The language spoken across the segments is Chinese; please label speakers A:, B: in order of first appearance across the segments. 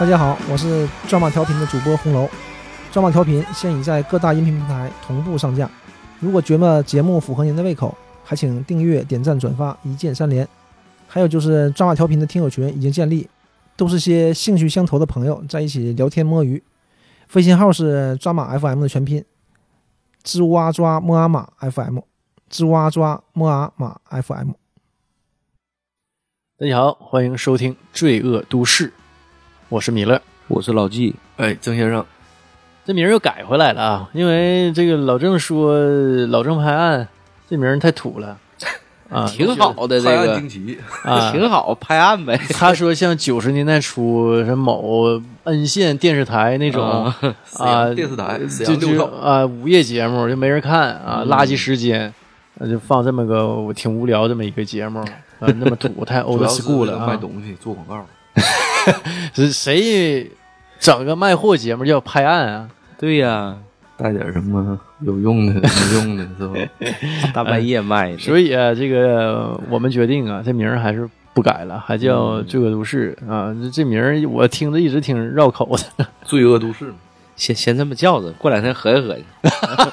A: 大家好，我是抓马调频的主播红楼。抓马调频现已在各大音频平台同步上架。如果觉得节目符合您的胃口，还请订阅、点赞、转发，一键三连。还有就是抓马调频的听友群已经建立，都是些兴趣相投的朋友在一起聊天摸鱼。微信号是抓马 FM 的全拼，吱哇抓摸阿玛 FM，吱哇抓摸阿玛 FM。
B: 大家好，欢迎收听《罪恶都市》，我是米勒。
C: 我是老纪，
B: 哎，曾先生，这名儿又改回来了啊！因为这个老郑说老郑拍案，这名儿太土了啊，
C: 挺好的这
D: 拍案
C: 个
D: 惊，奇，
B: 啊，
C: 挺好，拍案呗。
B: 他说像九十年代初什么某恩县电视台那种
C: 啊
B: 啊，
D: 电视台沈
B: 就
D: 阳六
B: 就
D: 套，
B: 啊午夜节目就没人看啊，垃圾时间。那就放这么个我挺无聊这么一个节目，啊，那么土，太 old
D: 主要是
B: school 了
D: 为
B: 啊！
D: 卖东西做广告，
B: 是谁整个卖货节目叫拍案啊？
C: 对呀，
D: 带点什么有用的、没用的，是吧？
C: 大半夜卖的，
B: 所以啊，这个我们决定啊，这名儿还是不改了，还叫《罪恶都市》啊。这这名儿我听着一直挺绕口
D: 罪恶都市嘛，
C: 先先这么叫着，过两天合计合计，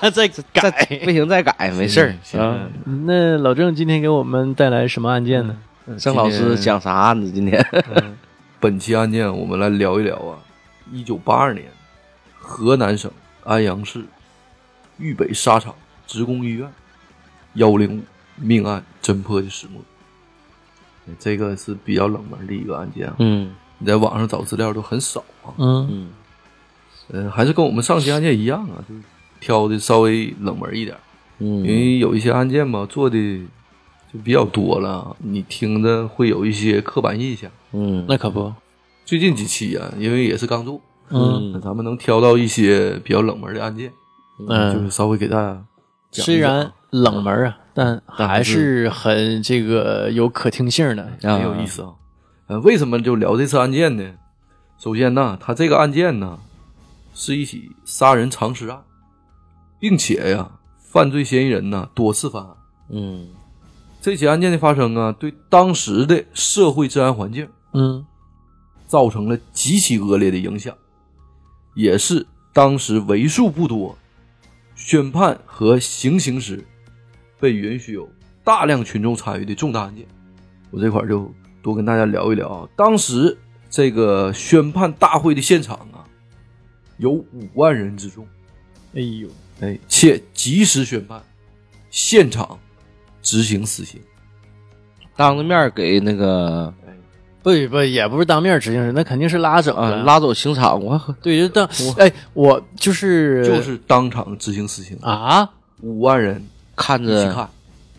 B: 的， 再
C: 再
B: 改。嗯
C: 不行再改，没事儿。
D: 行
C: 啊，
B: 那老郑今天给我们带来什么案件呢？
C: 郑老师讲啥案子？今天
D: 本期案件我们来聊一聊啊，一九八二年，河南省安阳市豫北沙场职工医院幺零五命案侦破的始末。这个是比较冷门的一个案件啊，
C: 嗯
D: 你在网上找资料都很少啊。
B: 嗯
C: 嗯，
D: 嗯，还是跟我们上期案件一样啊，就是挑的稍微冷门一点儿。因
C: 嗯
D: 为有一些案件嘛，做的就比较多了，你听着会有一些刻板印象。
C: 嗯，
B: 那可不，
D: 最近几期啊，因为也是刚做，
B: 嗯，
D: 那咱们能挑到一些比较冷门的案件，就
B: 嗯，
D: 是稍微给大家讲一
B: 虽
D: 讲
B: 然冷门啊，但
D: 但
B: 还
D: 还
B: 是很这个有可听性的。
D: 很有意思啊。呃，为什么就聊这次案件呢？首先呢，他这个案件呢是一起杀人藏尸案，并且呀，犯罪嫌疑人呢多次犯案。
C: 嗯
D: 这起案件的发生啊，对当时的社会治安环境
B: 嗯
D: 造成了极其恶劣的影响，也是当时为数不多宣判和行刑时被允许有大量群众参与的重大案件。我这块儿就多跟大家聊一聊啊，当时这个宣判大会的现场啊，有五万人之众，
B: 哎呦，
D: 哎，且及时宣判，现场执行死刑。
C: 当着面给那个
B: 不不，也不是当面执行，那肯定是拉整
C: 啊
B: 的。
C: 拉走刑场，我还
B: 对，就当哎，我就是
D: 就是当场执行死刑，
B: 啊，
D: 五万人
C: 看
D: 一起
C: 着，
D: 看。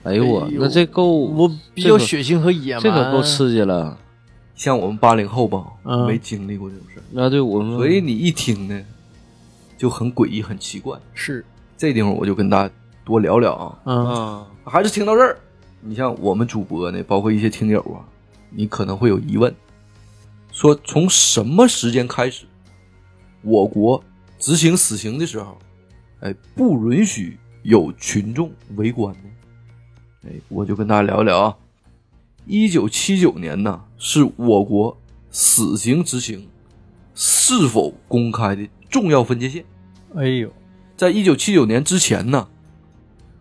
C: 哎呦我
B: 哎呦
C: 那这够
B: 我比较
C: 这可
B: 血腥和野蛮，
C: 这可够刺激了。
D: 像我们八零后吧，
B: 嗯
D: 没经历过这种事儿，
C: 那对我们
D: 所以你一听呢，就很诡异、很奇怪。
B: 是
D: 这地方我就跟大家多聊聊啊。
B: 啊，
C: 啊，
D: 还是听到这儿，你像我们主播呢，包括一些听友啊，你可能会有疑问，说从什么时间开始，我国执行死刑的时候，哎，不允许有群众围观呢？哎，我就跟大家聊一聊啊。一九七九年呢，是我国死刑执行是否公开的重要分界线。
B: 哎呦，
D: 在一九七九年之前呢，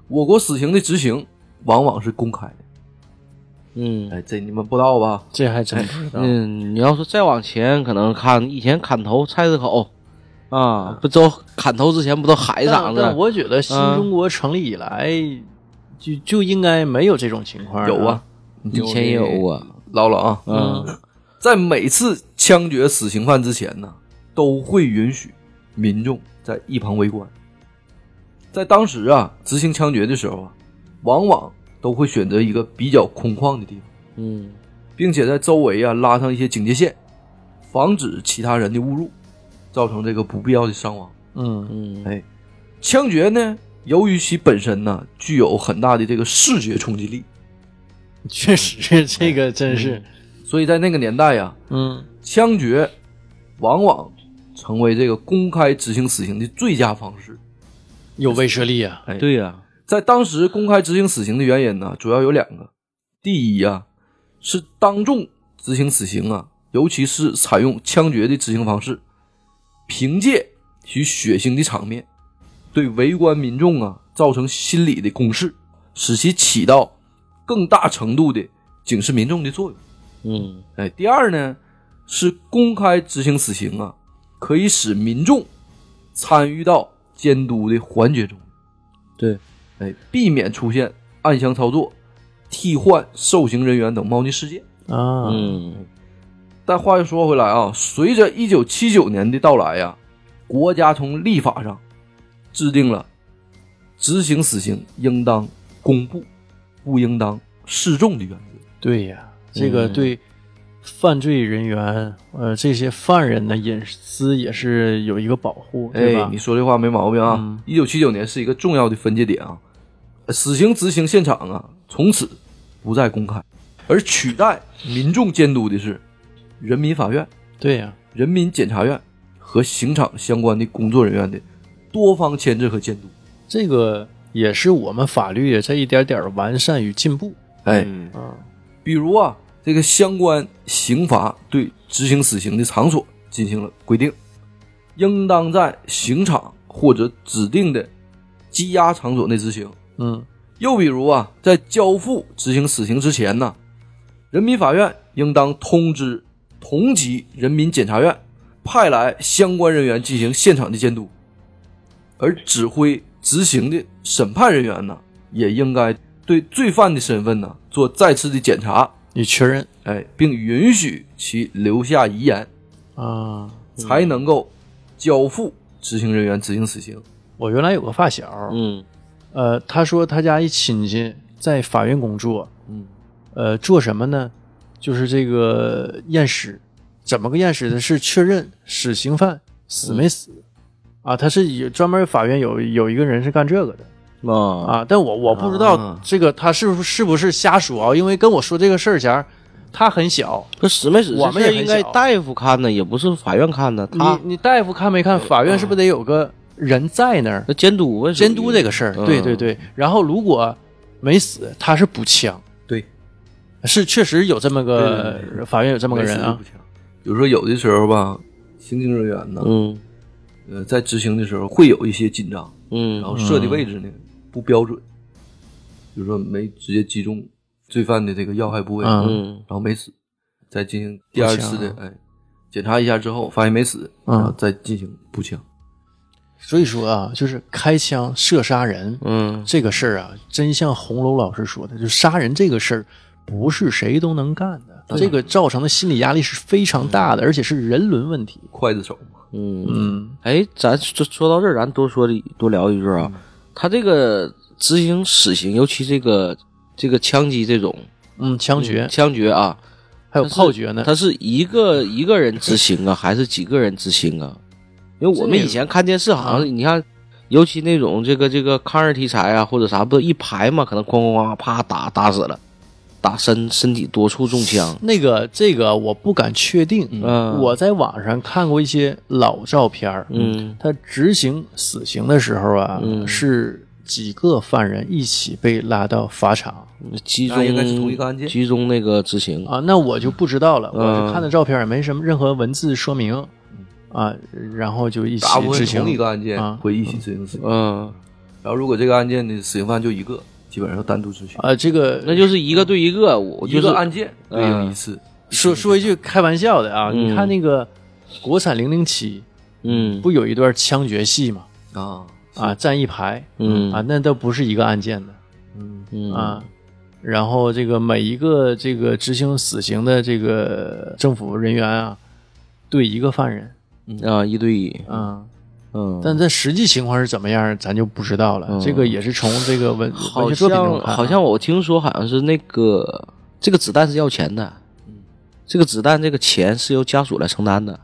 D: 我国死刑的执行往往是公开的。
C: 嗯
D: 哎，这你们不知道吧？
B: 这还真不知道，
C: 嗯，你要说再往前，可能看以前砍头菜市口啊，不都砍头之前不都喊一
B: 但
C: 嗓
B: 但
C: 子？
B: 嗯我觉得新中国成立以来，就就应该没有这种情况，
D: 有啊，，
C: 以前也有啊，
D: 唠唠啊。
C: 嗯
D: 在每次枪决死刑犯之前呢，都会允许民众在一旁围观。在当时啊，执行枪决的时候啊，往往都会选择一个比较空旷的地方，
C: 嗯
D: 并且在周围啊拉上一些警戒线，防止其他人的误入，造成这个不必要的伤亡。
B: 嗯
C: 嗯
D: 哎，枪决呢，由于其本身呢具有很大的这个视觉冲击力，
B: 确实这个真是，
D: 所以在那个年代呀，
B: 嗯
D: 枪决往往成为这个公开执行死刑的最佳方式。
B: 有威慑力啊，
D: 哎
C: 对呀，
D: 在当时公开执行死刑的原因呢，主要有两个，第一呀、是当众执行死刑啊，尤其是采用枪决的执行方式，凭借其血腥的场面，对围观民众啊造成心理的攻势，使其起到更大程度的警示民众的作用。
C: 嗯
D: 哎，第二呢是公开执行死刑啊，可以使民众参与到监督的环节中。
C: 对，
D: 哎，避免出现暗箱操作、替换受刑人员等猫腻事件。
B: 啊，
C: 嗯
D: 但话又说回来啊，随着一九七九年的到来呀、啊国家从立法上制定了执行死刑应当公布、不应当示众的原则。
B: 对呀，这个
C: 嗯
B: 对犯罪人员，呃，这些犯人的隐私也是有一个保护，对
D: 哎
B: 吧，
D: 你？说这话没毛病啊
B: 嗯！
D: 一九七九年是一个重要的分界点啊，死刑执行现场啊，从此不再公开，而取代民众监督的是人民法院、
B: 对呀，
D: 人民检察院和刑场相关的工作人员的多方牵制和监督。
B: 这个也是我们法律也在一点点完善与进步。
D: 哎，
C: 嗯
D: 比如啊，这个相关刑罚对执行死刑的场所进行了规定，应当在刑场或者指定的羁押场所内执行。
B: 嗯，
D: 又比如啊，在交付执行死刑之前呢，人民法院应当通知同级人民检察院派来相关人员进行现场的监督，而指挥执行的审判人员呢，也应该对罪犯的身份呢做再次的检查，
B: 你确认
D: 哎，并允许其留下遗言，
B: 啊？
D: 才能够交付执行人员执行死刑。
B: 我原来有个发小，
C: 嗯
B: 呃，他说他家一亲戚在法院工作，
D: 嗯，
B: 呃，做什么呢？就是这个验尸，怎么个验尸呢？是确认死刑犯死没死、
D: 嗯
B: 啊？他是有专门法院有有一个人是干这个的
C: 啊
B: 啊，但我我不知道
D: 啊
B: 这个他是不是不是瞎说啊？因为跟我说这个事儿前儿，他很小，
C: 这死没死？
B: 我们也
C: 这
B: 很
C: 应该
B: 小
C: 大夫看的，也不是法院看的。
D: 啊
C: 他
B: 你你大夫看没看？法
D: 嗯
B: 院是不是得有个人在那儿
C: 那监督嗯为
B: 监督这个事儿？
D: 嗯
B: 对对，对。然后如果没死，他是补枪。
D: 对，
B: 是确实有这么个
D: 对
B: 法院有这么个人
D: 没事就
B: 啊
D: 不。行。比如说有的时候吧，刑警人员呢，
C: 嗯
D: 呃，在执行的时候会有一些紧张，
C: 嗯
D: 然后设的位置呢、不标准，比如说没直接击中罪犯的这个要害部位，
B: 嗯
C: 嗯
D: 然后没死，再进行第二次的
B: 步
D: 哎检查一下之后发现没死，
B: 嗯
D: 然后再进行步枪。
B: 所以说啊，就是开枪射杀人、
C: 嗯
B: 这个事儿啊，真像红楼老师说的，就杀人这个事儿不是谁都能干的，这个造成的心理压力是非常大的，而且是人伦问题。
D: 刽子手嘛，
C: 嗯。
B: 嗯，
C: 哎，咱说说到这儿，咱多说一多聊一句啊。他这个执行死刑，尤其这个这个枪击这种
B: 嗯，枪决、
C: 枪决啊，
B: 还有
C: 它是
B: 炮决呢，
C: 他是一个一个人执行啊，还是几个人执行啊？因为我们以前看电视，好像是你看，尤其那种这个这个抗日题材啊，或者啥，不一排嘛，可能哐哐哐啪打打死了，打身身体多处中枪。
B: 那个这个我不敢确定，
C: 嗯
B: 我在网上看过一些老照片儿，
C: 嗯
B: 他执行死刑的时候啊，
C: 嗯
B: 是几个犯人一起被拉到法场
C: 集
D: 那
C: 中
D: 应该是同一个案件
C: 集中那个执行。
B: 啊，那我就不知道了，我
C: 嗯
B: 是看的照片，也没什么任何文字说明啊，然后就一起
D: 大部分
B: 执行
D: 同一个案件
B: 啊
D: 会一起执行死刑，
C: 嗯，
D: 然后如果这个案件的死刑犯就一个，基本上单独执行，
B: 啊，嗯这个
C: 那就是一个对一个，我就是
D: 一个案件对应一次。
B: 说说一句开玩笑的啊，
C: 嗯
B: 你看那个国产零零七
C: 嗯
B: 不有一段枪决戏嘛？
D: 啊，
B: 啊，站一排，
C: 嗯
B: 啊，那都不是一个案件的。
D: 嗯，
C: 嗯
B: 啊，然后这个每一个这个执行死刑的这个政府人员啊，对一个犯人
C: 啊一对一
B: 啊，
C: 嗯，
B: 但在实际情况是怎么样，咱就不知道了。
C: 嗯
B: 这个也是从这个文
C: 好
B: 文学作品中
C: 像
B: 看啊、
C: 好像我听说好像是那个这个子弹是要钱的，
B: 嗯
C: 这个子弹这个钱是由家属来承担的。啊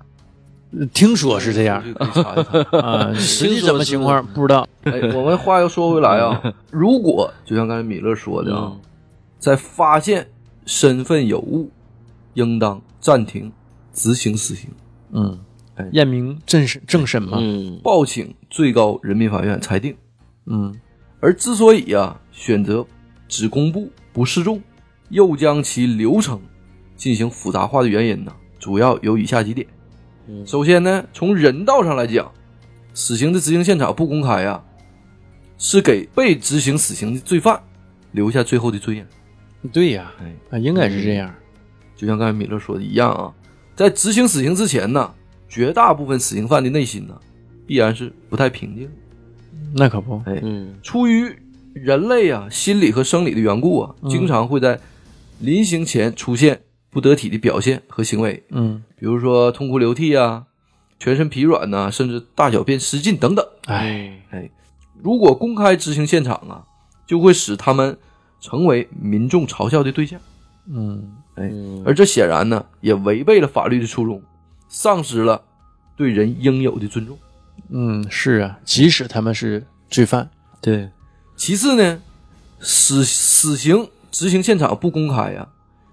B: 听说是这样
D: 就可以查一 查。
B: 啊，实际什么情况不知道。
D: 哎，我们话又说回来啊，如果就像刚才米勒说的啊，在发现身份有误，应当暂停执行死刑，
B: 嗯，验明正审正审嘛，
C: 嗯
D: 报请最高人民法院裁定。
B: 嗯
D: 而之所以啊选择只公布不示众，又将其流程进行复杂化的原因呢，主要有以下几点
C: 嗯。
D: 首先呢，从人道上来讲，死刑的执行现场不公开呀，是给被执行死刑的罪犯留下最后的尊严。
B: 对呀，
D: 哎，
B: 啊，应该是这样。
D: 就像刚才米勒说的一样啊，在执行死刑之前呢，绝大部分死刑犯的内心呢，必然是不太平静。
B: 那可不，
D: 哎，
C: 嗯
D: 出于人类啊心理和生理的缘故啊，
B: 嗯
D: 经常会在临刑前出现不得体的表现和行为，
B: 嗯，
D: 比如说痛哭流涕啊、全身疲软呐、甚至大小便失禁等等。
B: 哎，
D: 如果公开执行现场啊，就会使他们成为民众嘲笑的对象，哎
B: 嗯，
C: 嗯，
D: 而这显然呢也违背了法律的初衷，丧失了对人应有的尊重。
B: 嗯，是啊，即使他们是罪犯，
C: 对，
D: 其次呢，死死刑执行现场不公开呀、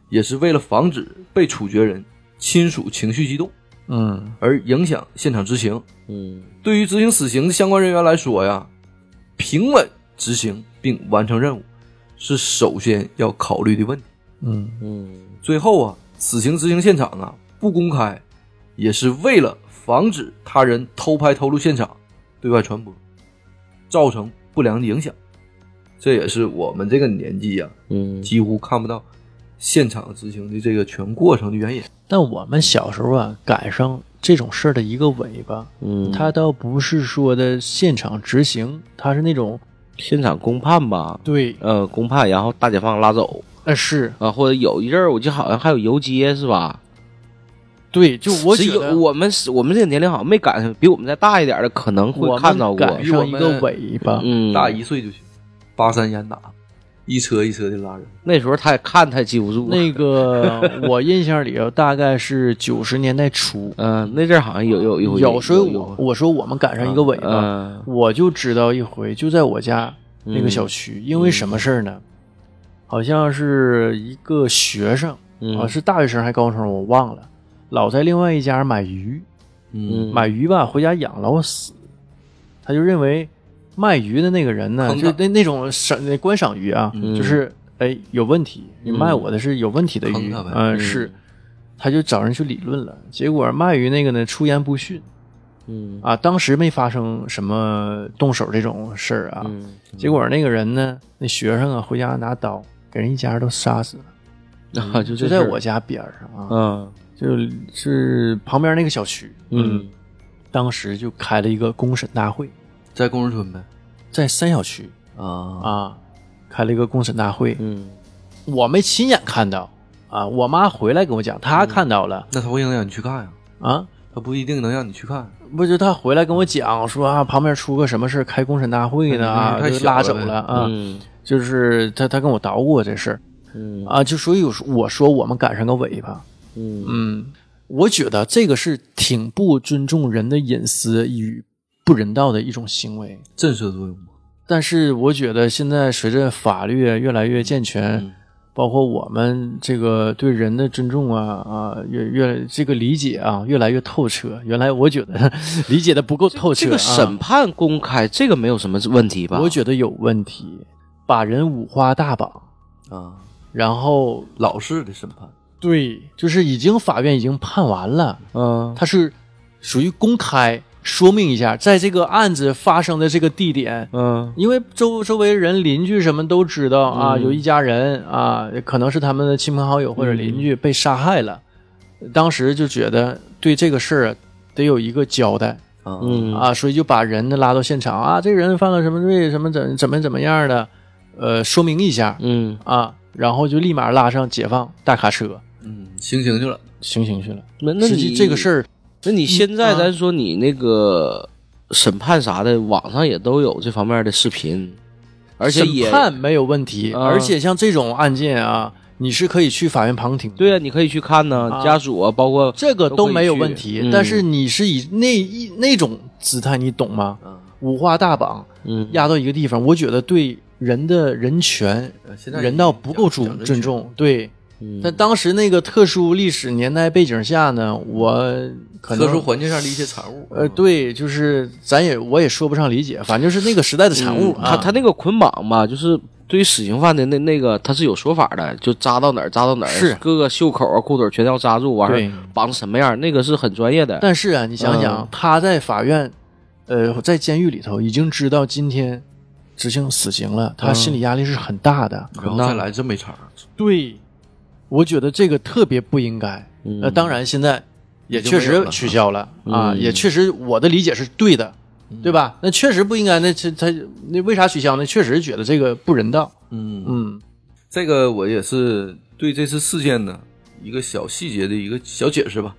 D: 也是为了防止被处决人亲属情绪激动
B: 嗯，
D: 而影响现场执行。
C: 嗯
D: 对于执行死刑的相关人员来说呀，平稳执行并完成任务是首先要考虑的问题。
B: 嗯，
C: 嗯
D: 最后啊，死刑执行现场啊不公开，也是为了防止他人偷拍偷录现场，对外传播，造成不良的影响。这也是我们这个年纪呀、
C: 嗯
D: 几乎看不到现场执行的这个全过程的原因。
B: 但我们小时候啊，赶上这种事儿的一个尾巴，
C: 嗯，
B: 他倒不是说的现场执行，他是那种
C: 现场公判吧，
B: 对，
C: 呃，公判，然后大解放拉走
B: 呃，是
C: 啊，或者有一阵儿我记得好像还有游街是吧？
B: 对，就我
C: 只
B: 觉
C: 有
B: 得
C: 我们是我们这个年龄好像没赶上，比我们再大一点儿的可能会
B: 我
C: 看到
B: 们
C: 过，
B: 赶上一个尾巴，
C: 嗯，
D: 大一岁就行，八三严打，一车一车的拉人。
C: 那时候他也看他也记不住，
B: 那 个我印象里啊，大概是九十年代初，
C: 嗯、那阵儿好像有有有
B: 有时候我
C: 有，
B: 我说我们赶上一个尾巴，
C: 嗯
B: 我就知道一回，就在我家那个小区，因为什么事儿
C: 嗯
B: 呢？好像是一个学生啊，
C: 嗯
B: 是大学生还高中生，我忘了，老在另外一家买鱼，
C: 嗯
B: 买鱼吧，回家养老死，他就认为卖鱼的那个人呢，
D: 坑
B: 就
D: 他
B: 那那种赏那观赏鱼啊，
D: 嗯
B: 就是哎有问题，你卖我的是有问题的
D: 坑
B: 鱼，
D: 他呗
B: 嗯是，他就找人去理论了，结果卖鱼那个呢出言不逊
C: 嗯
B: 啊，当时没发生什么动手这种事儿啊，
C: 嗯，
B: 结果那个人呢，那学生啊回家拿刀给人一家人都杀死了，
C: 然后就
B: 就
C: 这
B: 在
C: 事儿
B: 我，家边儿上啊，
C: 嗯
B: 就是旁边那个小区，
C: 嗯
B: 当时就开了一个公审大会，
D: 在工人村呗。
B: 在三小区
D: 啊，
B: 啊，开了一个公审大会。
C: 嗯
B: 我没亲眼看到啊，我妈回来跟我讲，她看到了、
D: 那他会让你去看呀、
B: 啊，
D: 他不一定能让你去看。
B: 不就她回来跟我讲说啊，旁边出个什么事儿开公审大会呢，
D: 嗯
B: 啊
D: 太
B: 就
D: 小
B: 拉
D: 了
B: 走
D: 呗
B: 了啊，
C: 嗯
B: 就是她她跟我捣鼓过这事儿
C: 嗯
B: 啊，就所以我说我说我们赶上个尾巴，
C: 嗯
B: 嗯，我觉得这个是挺不尊重人的隐私与不人道的一种行为。
D: 震慑作用吗？
B: 但是我觉得现在随着法律越来越健全，
D: 嗯
B: 包括我们这个对人的尊重啊啊，越越这个理解啊越来越透彻。原来我觉得 理解的不够透彻、啊，
C: 这个审判公开，这个没有什么问题吧？
B: 我觉得有问题，把人五花大绑，
D: 啊，
B: 然后
D: 老式的审判。
B: 对，就是已经法院已经判完了，
C: 嗯
B: 它是属于公开说明一下，在这个案子发生的这个地点，
C: 嗯
B: 因为周周围人邻居什么都知道啊，有一家人啊，可能是他们的亲朋好友或者邻居被杀害了，当时就觉得对这个事儿得有一个交代
D: 啊，
C: 嗯
B: 啊，所以就把人呢拉到现场啊，这个人犯了什么罪，什么怎怎么怎么样的，呃，说明一下
C: 嗯，
B: 啊，然后就立马拉上解放大卡车
D: 嗯，行刑去了。
B: 行刑去了。
C: 那那
B: 实际
C: 你
B: 这个事，儿，
C: 那你现在
B: 嗯啊
C: 咱说你那个审判啥的，网上也都有这方面的视频，而且也
B: 审判没有问题，
C: 啊
B: 而且像这种案件啊，你是可以去法院旁听的。
C: 对啊，你可以去看呢，
B: 啊
C: 家属啊，包括
B: 这个都没有问
C: 都可以
B: 题
C: 去，嗯
B: 但是你是以那一那种姿态，你懂吗？
D: 啊，
B: 五花大绑
C: 嗯
B: 压到一个地方，我觉得对人的人权、
D: 呃现在
B: 人道不够
D: 讲
B: 尊尊。重。对，
C: 嗯
B: 但当时那个特殊历史年代背景下呢，我可
D: 讲
B: 能
D: 特殊环境下的一些产物。
B: 嗯呃，对，就是咱也我也说不上理解，反正就是那个时代的产物
C: 嗯他
B: 啊。
C: 他那个捆绑吧，就是对于死刑犯的那那个他是有说法的，就扎到哪儿扎到哪儿，
B: 是
C: 各个袖口啊、裤腿全要扎住，完事
B: 对
C: 儿绑成什么样，那个是很专业的。
B: 但是啊，你想想，
C: 嗯
B: 他在法院，呃，在监狱里头已经知道今天执行死刑了，他心理压力是很大的。
D: 然后再来这么一茬儿，
B: 对，我觉得这个特别不应该。
C: 嗯
B: 呃，当然现在也
D: 已经
B: 确
D: 没有
B: 实
D: 了
B: 取消了啊，
C: 嗯
B: 也确实我的理解是对的，对吧？那确实不应该，那这他那为啥取消呢？确实觉得这个不人道。
D: 嗯
B: 嗯
D: 这个我也是对这次事件呢一个小细节的一个小解释吧。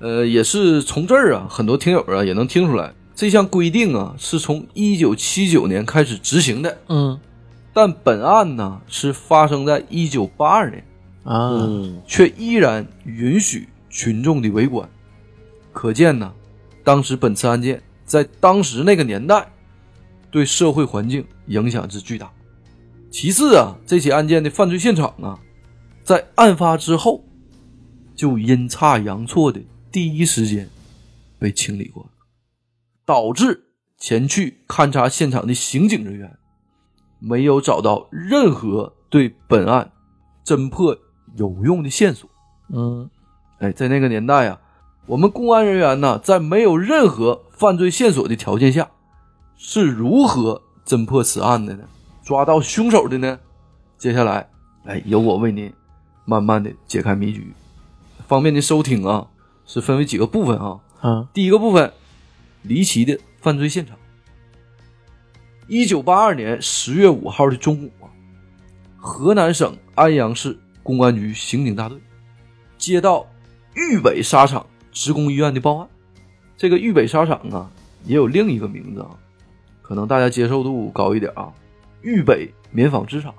D: 呃，也是从这儿啊，很多听友啊也能听出来，这项规定啊是从一九七九年开始执行的，
B: 嗯
D: 但本案呢是发生在一九八二年，
B: 啊
C: 嗯，
D: 却依然允许群众的围观。可见呢，当时本次案件在当时那个年代，对社会环境影响之巨大。其次啊，这起案件的犯罪现场啊，在案发之后就阴差阳错的第一时间被清理过，导致前去勘察现场的刑警人员没有找到任何对本案侦破有用的线索。
B: 嗯
D: 哎，在那个年代啊，我们公安人员呢，在没有任何犯罪线索的条件下，是如何侦破此案的呢？抓到凶手的呢？接下来，哎，由我为您慢慢的解开谜局。方便您收听啊，是分为几个部分啊。
B: 啊
D: 第一个部分，离奇的犯罪现场。一九八二年十月五号的中午啊，河南省安阳市公安局刑警大队接到豫北沙场职工医院的报案。这个豫北沙场啊，也有另一个名字啊，可能大家接受度高一点啊，豫北棉纺织厂。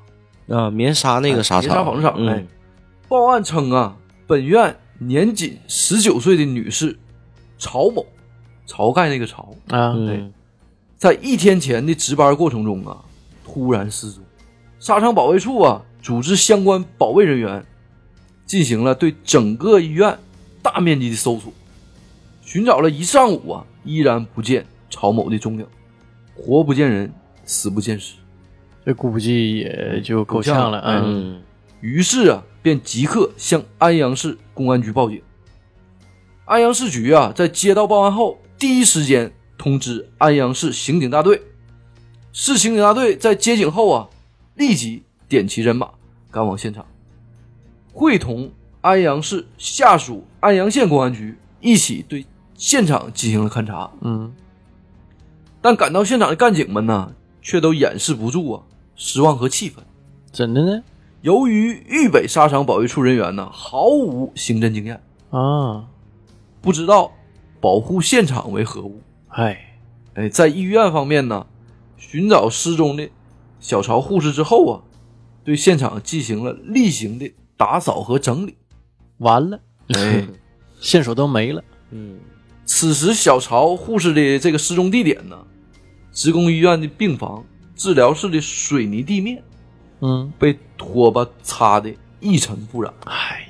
C: 啊，棉纱那个纱
D: 棉纱
C: 厂，
D: 纺织厂。哎
C: 嗯，
D: 报案称啊，本院年仅十九岁的女士曹某，晁盖那个曹，
B: 啊
C: 嗯
D: 在一天前的值班过程中啊，突然失踪。沙场保卫处啊，组织相关保卫人员进行了对整个医院大面积的搜索，寻找了一上午啊，依然不见曹某的踪影，活不见人，死不见尸。
B: 这估计也就够呛了。
D: 够呛了
B: 嗯
C: 嗯
D: 于是啊，便即刻向安阳市公安局报警。安阳市局啊，在接到报案后，第一时间通知安阳市刑警大队。市刑警大队在接警后啊，立即点齐人马赶往现场，会同安阳市下属安阳县公安局一起对现场进行了勘查。
B: 嗯
D: 但赶到现场的干警们呢，却都掩饰不住啊失望和气愤。
B: 怎的呢？
D: 由于豫北沙场保卫处人员呢毫无刑侦经验，
B: 啊，
D: 不知道保护现场为何物。
B: 哎，
D: 哎，在医院方面呢，寻找失踪的小曹护士之后啊，对现场进行了例行的打扫和整理。
B: 完了，
D: 哎，
B: 线索都没了。
C: 嗯
D: 此时小曹护士的这个失踪地点呢，职工医院的病房、治疗室的水泥地面
B: 嗯，
D: 被拖把擦得一尘不染，
B: 哎，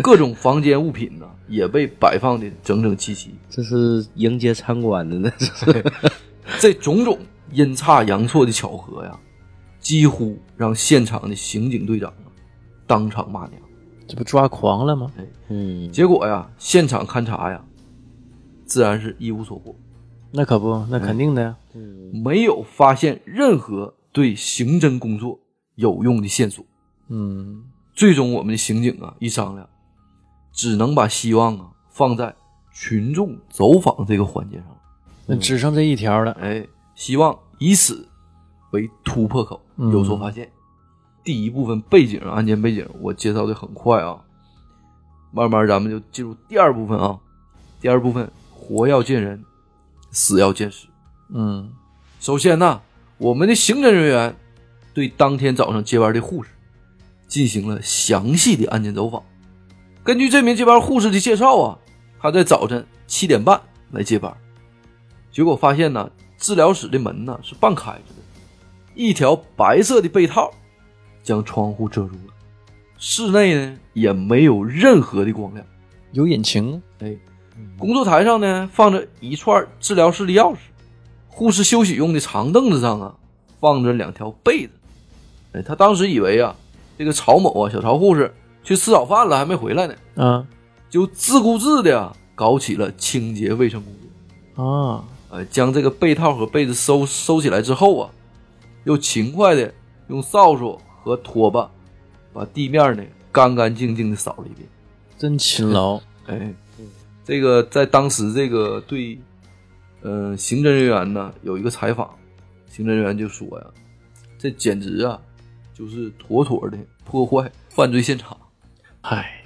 D: 各种房间物品呢也被摆放的整整齐齐。
C: 这是迎接参观的呢，这是
D: 这种种阴差阳错的巧合呀，几乎让现场的刑警队长啊当场骂娘。
B: 这不抓狂了吗？
C: 嗯
D: 结果呀，现场勘查呀，自然是一无所获，
B: 那可不，那肯定的呀。
D: 没有发现任何对刑侦工作有用的线索。
B: 嗯
D: 最终，我们的刑警啊一商量，只能把希望啊放在群众走访这个环节上。
B: 那只剩这一条了。
D: 哎，希望以此为突破口，
B: 嗯
D: 有所发现。第一部分背景案件背景我介绍的很快啊，慢慢咱们就进入第二部分啊。第二部分活要见人，死要见尸。
B: 嗯
D: 首先呢，我们的刑侦人员对当天早上接班的护士进行了详细的案件走访。根据这名接班护士的介绍啊，她在早晨七点半来接班，结果发现呢，治疗室的门呢是半开着的，一条白色的被套将窗户遮住了，室内呢也没有任何的光亮。
B: 有隐情。
D: 哎工作台上呢放着一串治疗室的啊钥匙，护士休息用的长凳子上啊放着两条被子，哎，他当时以为啊，这个曹某啊，小曹护士去吃早饭了，还没回来呢，
B: 啊
D: 就自顾自的、啊、搞起了清洁卫生工作。
B: 啊，
D: 呃，将这个被套和被子收收起来之后啊，又勤快的用扫帚和拖把把地面呢干干净净的扫了一遍。
B: 真勤劳。
D: 哎，这个在当时这个对，呃，刑侦人员呢有一个采访，刑侦人员就说呀，这简直啊，就是妥妥的破坏犯罪现场，
B: 唉，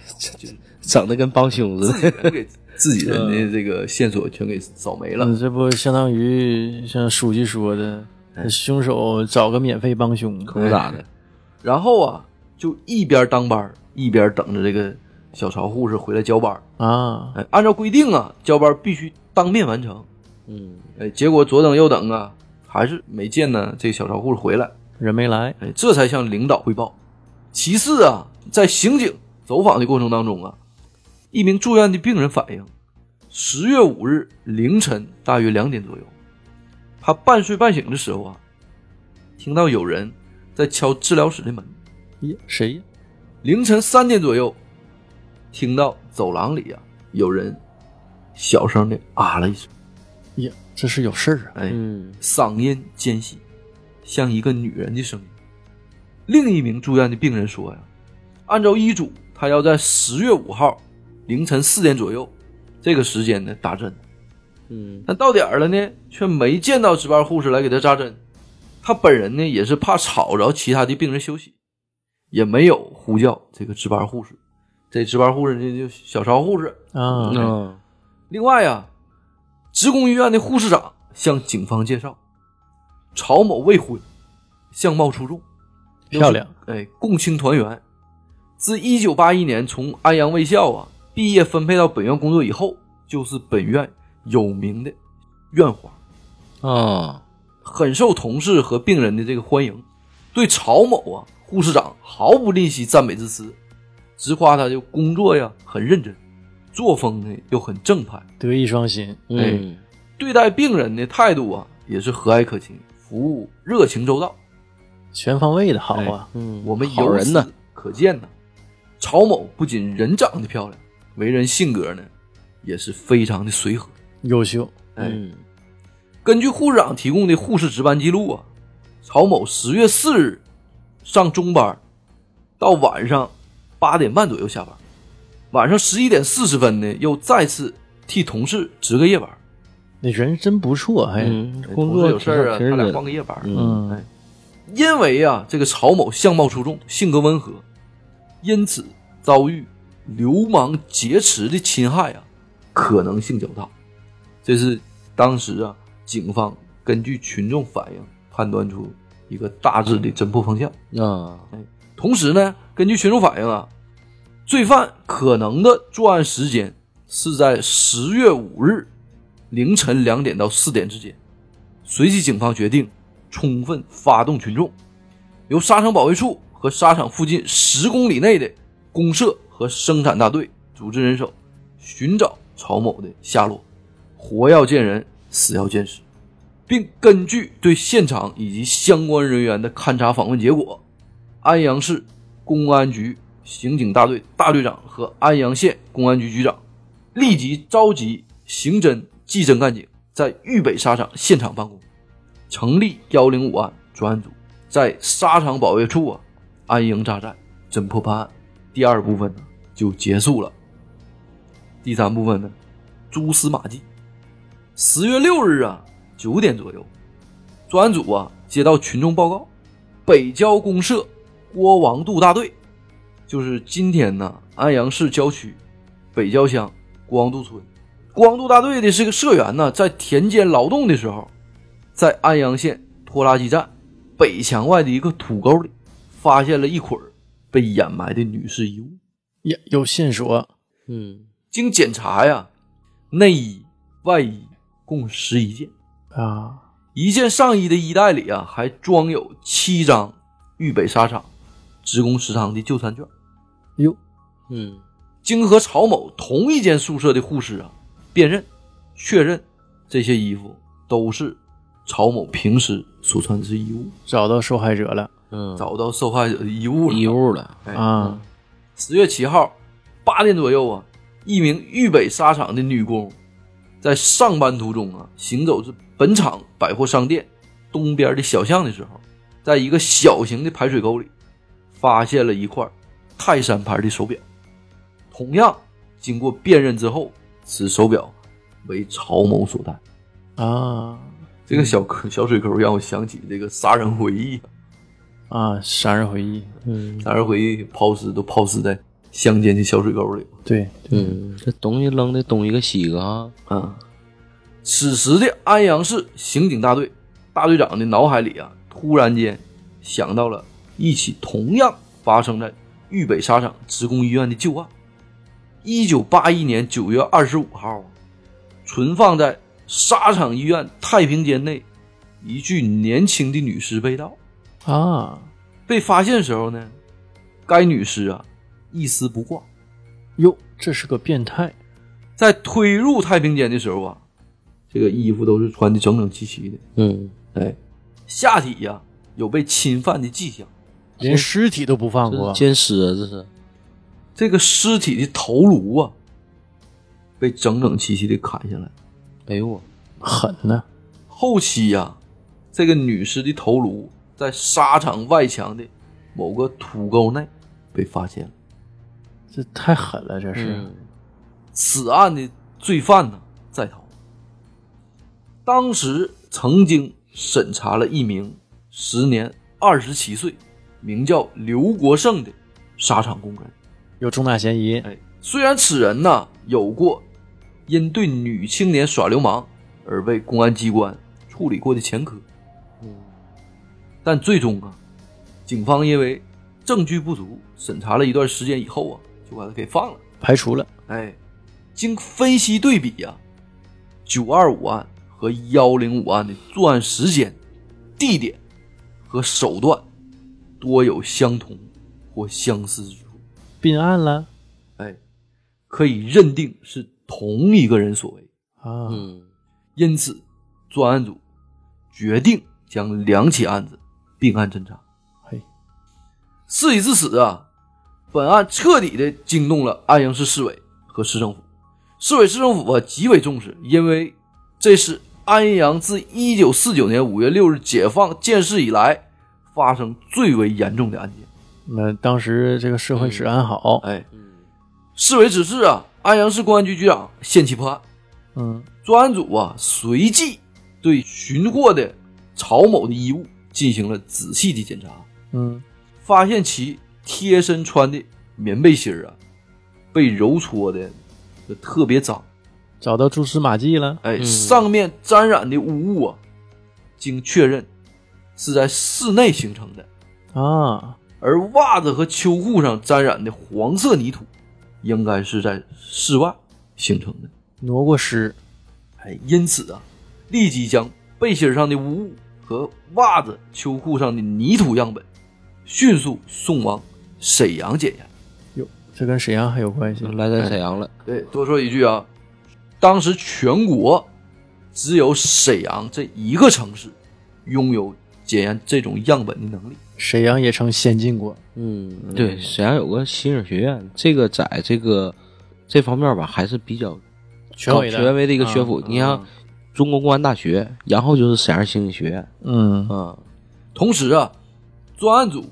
C: 整的跟帮凶似的。
D: 自己人给自己人的这个线索全给扫没了。
B: 嗯这不相当于像书记说的，凶手找个免费帮凶，
C: 不咋的，
D: 然后啊，就一边当班儿一边等着这个小曹护士回来交班儿。
B: 啊
D: 哎，按照规定啊，交班儿必须当面完成。
C: 嗯，
D: 哎，结果左等右等啊，还是没见呢这小曹护士回来。
B: 人没来
D: 哎，这才向领导汇报。其次啊，在刑警走访的过程当中啊，一名住院的病人反映，十月五日凌晨大约两点左右，他半睡半醒的时候啊，听到有人在敲治疗室的门。
B: 哎呀，谁呀？
D: 凌晨三点左右，听到走廊里啊有人小声的啊了一声，
B: 哎呀，这是有事儿啊！
D: 哎，
C: 嗯，
D: 嗓音尖细，像一个女人的声音。另一名住院的病人说呀，按照医嘱，他要在十月五号凌晨四点左右这个时间呢打针。
C: 嗯，
D: 但到点儿了呢，却没见到值班护士来给他扎针。他本人呢也是怕吵着其他的病人休息，也没有呼叫这个值班护士。这值班护士呢就小曹护士。
B: 啊，
C: 嗯
D: 另外呀，职工医院的护士长向警方介绍，曹某未婚，相貌出众，
B: 漂亮，
D: 哎，共青团员。自一九八一年从安阳卫校啊毕业分配到本院工作以后，就是本院有名的院花，
C: 啊，
D: 很受同事和病人的这个欢迎。对曹某啊，护士长毫不吝惜赞美之词，直夸他就工作呀很认真，作风呢又很正派。
B: 德艺双馨。
C: 嗯，
D: 对待病人的态度啊，也是和蔼可亲，服务热情周到。
B: 全方位的好啊！
C: 嗯，
D: 我们
C: 好
D: 由
C: 人呢
D: 此，可见呢，曹某不仅人长得漂亮，为人性格呢也是非常的随和。
B: 优秀，
D: 哎
C: 嗯
D: 根据护士长提供的护士值班记录啊，曹某十月四日上中班，到晚上八点半左右下班，晚上十一点四十分呢又再次替同事值个夜班。
B: 那人真不错，还
C: 嗯，
D: 哎
C: 工
D: 同
C: 作
D: 事有事儿啊，
C: 挺认
D: 他俩
C: 真
D: 换
C: 的，
D: 个夜班。
B: 嗯
D: 哎，因为啊，这个曹某相貌出众，性格温和，因此遭遇流氓劫持的侵害啊，可能性较大。这是当时啊，警方根据群众反映判断出一个大致的侦破方向。
C: 啊，
D: 同时呢，根据群众反映啊，罪犯可能的作案时间是在十月五日凌晨两点到四点之间。随即，警方决定充分发动群众，由沙场保卫处和沙场附近十公里内的公社和生产大队组织人手，寻找曹某的下落，活要见人，死要见尸，并根据对现场以及相关人员的勘查访问结果，安阳市公安局刑警大队大队长和安阳县公安局局长立即召集刑侦、技侦干警，在豫北沙场现场办公，成立幺零五案专案组，在沙场保卫处啊安营扎寨，侦破办案。第二部分呢就结束了。第三部分呢，蛛丝马迹。十月六日啊九点左右，专案组啊接到群众报告，北郊公社郭王渡大队，就是今天呢安阳市郊区北郊乡郭王渡村。郭王渡大队的这个社员呢，在田间劳动的时候，在安阳县拖拉机站北墙外的一个土沟里，发现了一捆儿被掩埋的女士衣物。
B: 也有线索，
C: 嗯
D: 经检查呀，内衣、外衣共十一件，
B: 啊，
D: 一件上衣的衣袋里啊，还装有七张豫北沙场职工食堂的就餐券。
B: 哟，
C: 嗯，
D: 经和曹某同一间宿舍的护士啊辨认，确认这些衣服都是曹某平时所穿之衣物。
B: 找到受害者了，
C: 嗯，
D: 找到受害者的遗物了。
C: 遗物了，
D: 哎
B: 啊，
D: 十月七号八点左右啊，一名豫北纱厂的女工，在上班途中啊，行走至本厂百货商店东边的小巷的时候，在一个小型的排水沟里，发现了一块泰山牌的手表。同样，经过辨认之后，此手表为曹某所戴。
C: 嗯
B: 啊
D: 这个小坑小水沟让我想起这个杀人回忆啊，
B: 啊！杀人回忆，嗯，
D: 杀人回忆抛尸都抛尸在乡间的小水沟里。
B: 对，
C: 嗯，这东西扔的东一个西一个啊，
D: 啊，此时的安阳市刑警大队大队长的脑海里啊，突然间想到了一起同样发生在豫北沙场职工医院的旧案。一九八一年九月二十五号啊，存放在沙场医院太平间内一具年轻的女尸被盗。
B: 啊，
D: 被发现时候呢，该女尸啊一丝不挂，
B: 哟，这是个变态
D: 在推入太平间的时候啊，这个衣服都是穿的整整齐齐的。
C: 嗯，
D: 哎，下体呀、有被侵犯的迹象。
B: 连尸体都不放
C: 这
B: 过
C: 是，奸尸啊，这是，
D: 这个尸体的头颅啊，被整整齐齐的砍下来。
C: 哎呦我，
B: 狠呢！
D: 后期呀、这个女尸的头颅在沙场外墙的某个土沟内被发现了。
B: 这太狠了，这是
C: 嗯
D: 此案的罪犯呢在逃。当时曾经审查了一名时年二十七岁，名叫刘国胜的沙场工人。
B: 有重大嫌疑。
D: 哎，虽然此人呢有过因对女青年耍流氓而被公安机关处理过的前科，但最终啊，警方因为证据不足，审查了一段时间以后啊，就把他给放了。
B: 排除了，
D: 哎，经分析对比呀、九二五案和幺零五案的作案时间、地点和手段多有相同或相似之处。
B: 并案了
D: 哎，可以认定是同一个人所为，
B: 啊！
C: 嗯，
D: 因此专案组决定将两起案子并案侦查。
B: 嘿，
D: 事已至此啊，本案彻底的惊动了安阳市市委和市政府，市委市政府啊极为重视，因为这是安阳自一九四九年五月六日解放建市以来发生最为严重的案件。
B: 那当时这个社
C: 嗯
B: 会治安好，
D: 哎，市委指示啊，安阳市公安局局长限期破案。
B: 嗯
D: 专案组啊随即对寻获的曹某的衣物进行了仔细的检查，
B: 嗯，
D: 发现其贴身穿的棉背心儿啊被揉搓的特别脏，
B: 找到蛛丝马迹了，
D: 哎，上面沾染的污物啊，经确认是在室内形成的，
C: 哎
B: 啊，
D: 而袜子和秋裤上沾染的黄色泥土，应该是在室外形成的。
B: 挪过尸，
D: 哎，因此啊，立即将背心上的污物和袜子、秋裤上的泥土样本迅速送往沈阳检验。
B: 哟，这跟沈阳还有关系？
C: 来在沈阳了，
D: 对，多说一句啊，当时全国只有沈阳这一个城市拥有检验这种样本的能力。
B: 沈阳也曾先进过，
C: 嗯，对，沈阳有个新影学院，这个在这个这方面吧，还是比较
B: 权威的，啊
C: 权威的一嗯个学府。你像中国公安大学，然后就是沈阳刑警学院，
B: 嗯，
C: 啊，
D: 同时啊，专案组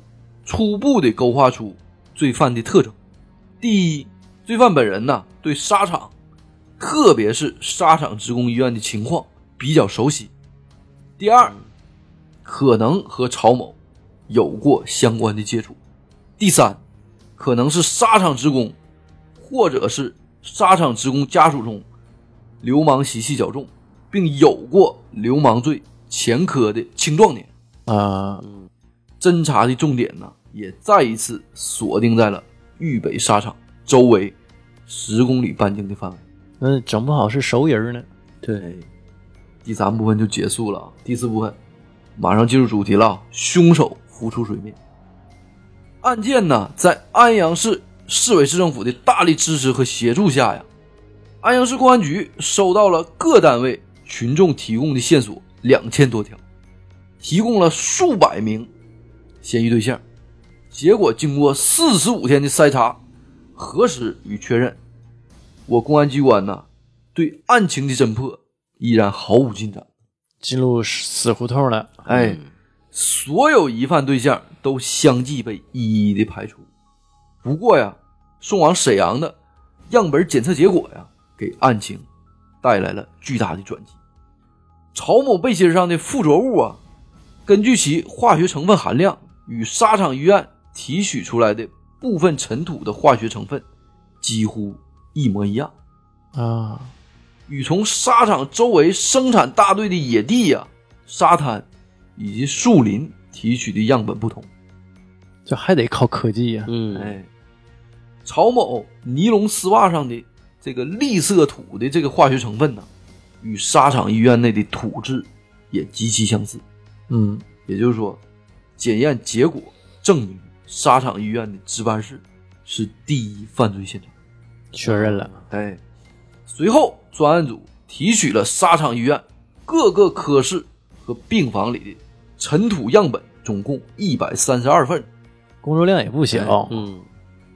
D: 初步的勾画出罪犯的特征。第一，罪犯本人呢对沙场，特别是沙场职工医院的情况比较熟悉。第二，可能和曹某有过相关的接触。第三，可能是沙场职工，或者是沙场职工家属中流氓习气较重，并有过流氓罪前科的青壮年。
B: 啊，
D: 侦查的重点呢，也再一次锁定在了豫北沙场周围十公里半径的范围。
B: 那整不好是熟人呢，
D: 对，第三部分就结束了啊，第四部分马上进入主题了啊，凶手浮出水面。案件呢，在安阳市市委市政府的大力支持和协助下呀，安阳市公安局收到了各单位群众提供的线索两千多条，提供了数百名嫌疑对象，结果经过四十五天的筛查，核实与确认，我公安机关呢对案情的侦破依然毫无进展。
B: 进入死胡同了。
D: 哎，
B: 嗯
D: 所有疑犯对象都相继被一一的排除。不过呀，送往沈阳的样本检测结果呀，给案情带来了巨大的转机。曹某背心上的附着物啊，根据其化学成分含量与沙场医院提取出来的部分尘土的化学成分几乎一模一样。
B: 啊，
D: 与从沙场周围生产大队的野地呀、沙滩以及树林提取的样本不同。
B: 这还得靠科技呀、
C: 嗯，
D: 哎，曹某尼龙丝袜上的这个栗色土的这个化学成分呢，与沙场医院内的土质也极其相似。
B: 嗯，
D: 也就是说，检验结果证明沙场医院的值班室是第一犯罪现场。
B: 确认了。
D: 哎，随后专案组提取了沙场医院各个科室和病房里的尘土样本，总共一百三十二份，
B: 工作量也不小。
C: 嗯，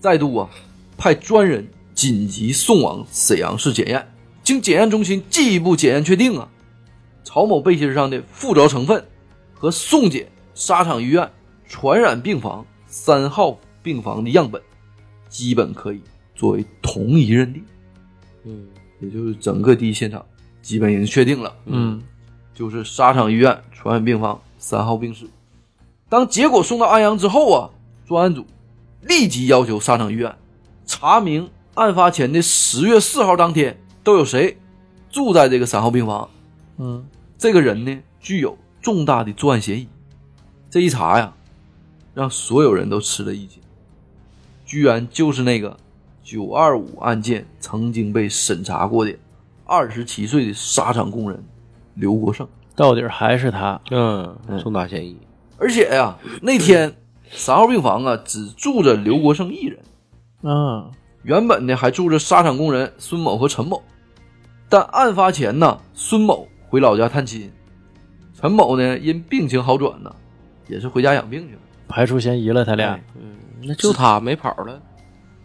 D: 再度啊派专人紧急送往沈阳市检验。经检验中心进一步检验确定啊，曹某背心上的附着成分和宋姐沙场医院传染病房三号病房的样本，基本可以作为同一认定。
C: 嗯，
D: 也就是整个第一现场基本已经确定了，
B: 嗯，
D: 就是沙场医院传染病房三号病室。当结果送到安阳之后啊，专案组立即要求沙场医院查明案发前的十月四号当天都有谁住在这个三号病房，
B: 嗯，
D: 这个人呢具有重大的作案嫌疑。这一查呀，让所有人都吃了一惊，居然就是那个九二五案件曾经被审查过的二十七岁的沙场工人刘国胜。
B: 到底儿还是他。
C: 嗯，重大嫌疑。
D: 而且呀，那天三号病房啊只住着刘国胜一人，
B: 啊，
D: 原本呢还住着沙场工人孙某和陈某，但案发前呢，孙某回老家探亲，陈某呢因病情好转呢，也是回家养病去了。
B: 排除嫌疑了，他俩
D: 哎。
C: 嗯，那就他没跑了。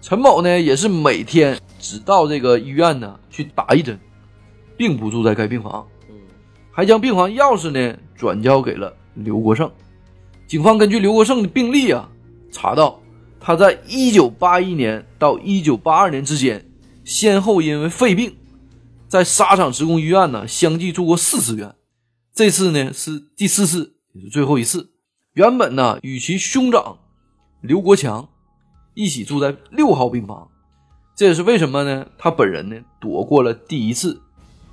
D: 陈某呢也是每天只到这个医院呢去打一针，并不住在该病房，
C: 嗯
D: 还将病房钥匙呢转交给了刘国胜。警方根据刘国胜的病历啊，查到他在1981年到1982年之间，先后因为肺病，在沙场职工医院呢相继住过四次院，这次呢是第四次，也是最后一次。原本呢与其兄长刘国强一起住在六号病房，这也是为什么呢？他本人呢躲过了第一次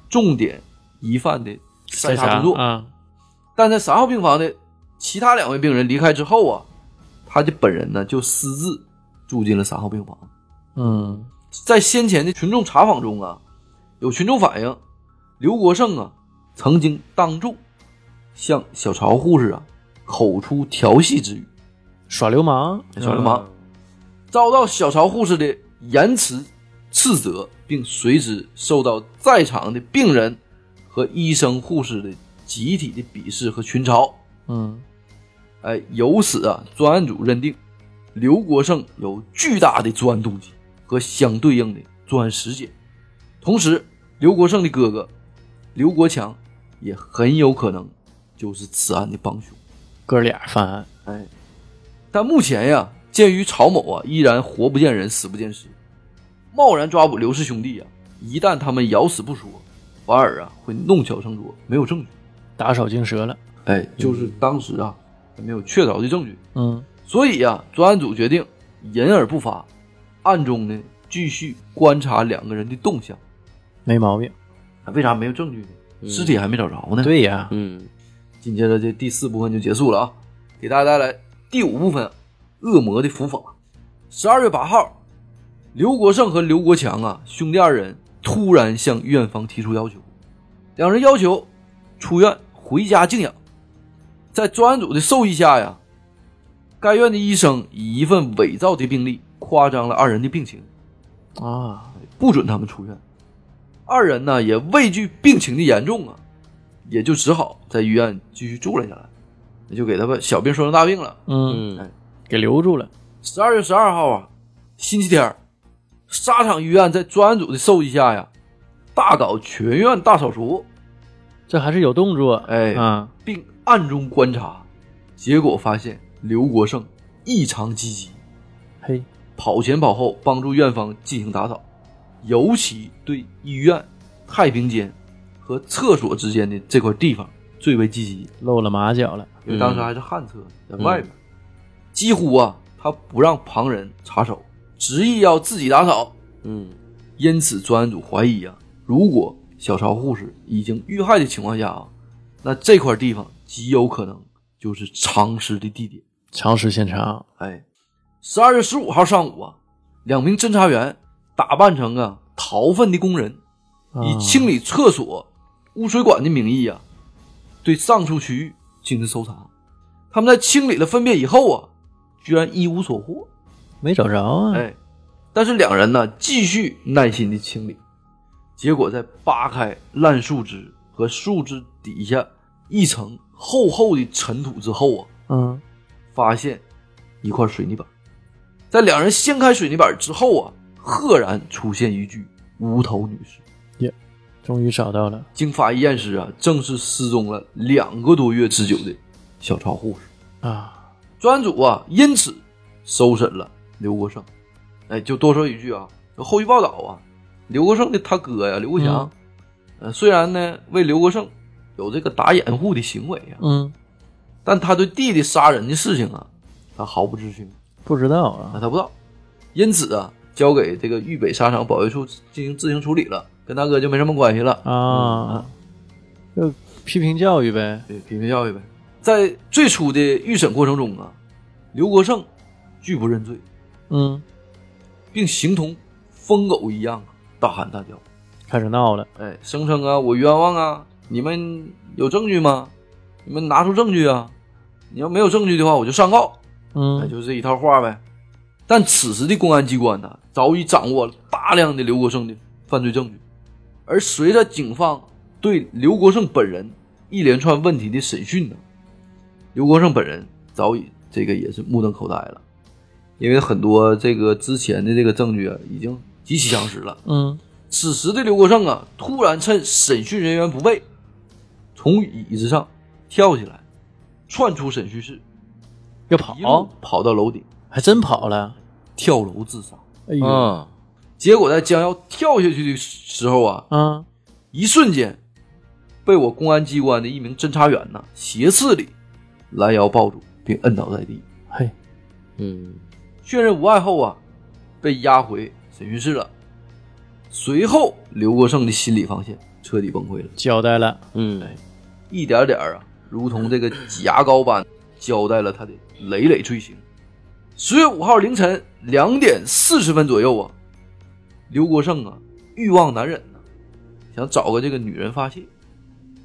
D: 重点疑犯的筛查工作，
B: 啊，
D: 但在三号病房的其他两位病人离开之后啊，他的本人呢就私自住进了三号病房。
B: 嗯，
D: 在先前的群众查访中啊，有群众反映，刘国胜啊曾经当众向小曹护士啊口出调戏之语，
B: 耍流氓，
D: 小流氓遭到小曹护士的严词斥责，并随之受到在场的病人和医生、护士的集体的鄙视和群嘲。
B: 嗯，
D: 哎，由此啊，专案组认定刘国胜有巨大的作案动机和相对应的作案时间。同时，刘国胜的哥哥刘国强也很有可能就是此案的帮凶。
B: 哥俩犯案。
D: 但目前呀，鉴于曹某啊依然活不见人，死不见尸，贸然抓捕刘氏兄弟啊，一旦他们咬死不说，反而啊会弄巧成拙，没有证据。
B: 打草惊蛇了。
D: 哎，就是当时啊没有确凿的证据，
B: 嗯，
D: 所以啊，专案组决定隐而不发，暗中呢继续观察两个人的动向。啊
B: 没毛病。
D: 为啥没有证据呢？尸体还没找着呢。，
B: 对呀，
C: 嗯
D: 紧接着这第四部分就结束了啊，给大家带来第五部分《恶魔的伏法》。十二月八号，刘国胜和刘国强啊兄弟二人突然向院方提出要求，两人要求出院回家静养。在专案组的授意下呀，该院的医生以一份伪造的病历夸张了二人的病情，
B: 啊，
D: 不准他们出院。二人呢也畏惧病情的严重啊，也就只好在医院继续住了下来。那就给他把小病说成大病了。
B: 嗯，
D: 哎
C: 嗯，
B: 给留住了。
D: 十二月十二号啊，星期天儿，沙场医院在专案组的授意下呀，大搞全院大扫除，
B: 这还是有动作，
D: 哎
B: 啊，
D: 并暗中观察，结果发现刘国胜异常积极，
B: 嘿，
D: 跑前跑后帮助院方进行打扫，尤其对医院、太平间和厕所之间的这块地方最为积极，
B: 露了马脚了。
D: 因为当时还是旱厕，在外面，几乎啊他不让旁人插手，执意要自己打扫。
C: 嗯，
D: 因此，专案组怀疑啊，如果小曹护士已经遇害的情况下啊，那这块地方极有可能就是藏尸的地点。
B: 常识现场，
D: 哎，十二月十五号上午啊，两名侦查员打扮成啊逃犯的工人，
B: 啊
D: 以清理厕所、污水管的名义啊，对上述区域进行搜查。他们在清理了粪便以后啊，居然一无所获。
B: 没找着啊。
D: 哎，但是两人呢继续耐心的清理，结果在扒开烂树枝和树枝底下一层厚厚的尘土之后啊，
B: 嗯，
D: 发现一块水泥板。在两人掀开水泥板之后啊，赫然出现一具无头女尸。
B: 终于找到了。
D: 经法医验尸啊，正是失踪了两个多月之久的小曹护士。
B: 啊，
D: 专案组啊，因此搜审了刘国胜。哎，就多说一句啊，后续报道啊，刘国胜的他哥呀，刘国强，呃，虽然呢为刘国胜有这个打掩护的行为啊，
B: 嗯，
D: 但他对弟弟杀人的事情啊，他毫不知情，
B: 不知道
D: 啊，
B: 啊。
D: 他不知道，因此啊，交给这个豫北沙场保卫处进行自行处理了，跟他哥就没什么关系了。
B: 啊，就批评教育呗。
D: 对，批评教育呗。在最初的预审过程中啊，刘国胜拒不认罪，
B: 嗯，
D: 并形同疯狗一样啊大喊大叫，
B: 开始闹了。
D: 哎，声称啊我冤枉啊！你们有证据吗？你们拿出证据啊！你要没有证据的话，我就上告。哎，
B: 嗯，
D: 就是这一套话呗。但此时的公安机关呢，早已掌握了大量的刘国胜的犯罪证据，而随着警方对刘国胜本人一连串问题的审讯呢，刘国胜本人早已这个也是目瞪口呆了，因为很多这个之前的这个证据啊，已经极其详实了。
B: 嗯，
D: 此时的刘国胜啊，突然趁审讯人员不备，从椅子上跳起来，窜出审讯室，
B: 要
D: 一路
B: 跑，
D: 跑到楼顶。
B: 还真跑了。
D: 跳楼自杀。
B: 哎呦，
C: 啊，
D: 结果在将要跳下去的时候啊，
B: 啊，
D: 一瞬间被我公安机关的一名侦查员呢斜刺里拦腰抱住，并摁倒在地。
B: 嘿，
C: 嗯，
D: 确认无碍后啊，被押回审讯室了。随后，刘国胜的心理防线彻底崩溃了，
B: 交代了。
C: 嗯，
D: 一点点啊，如同这个挤牙膏般交代了他的累累罪行。十月五号凌晨两点四十分左右啊，刘国胜啊，欲望难忍呐、想找个这个女人发泄，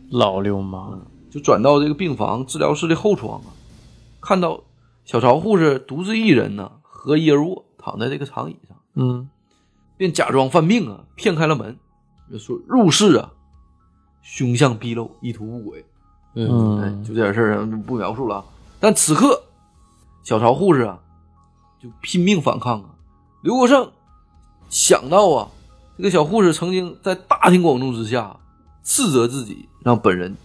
B: 老流氓，
D: 就转到这个病房治疗室的后窗啊，看到小曹护士独自一人呢、合衣而卧，躺在这个长椅上，
B: 嗯，
D: 便假装犯病啊，骗开了门，就说入室啊，凶相毕露，意图不轨。
C: 嗯，
D: 哎，
B: 嗯
D: 就这点事儿啊，就不描述了啊。但此刻，小曹护士啊，就拼命反抗啊。刘国胜想到啊，这个小护士曾经在大庭广众之下斥责自己，让本人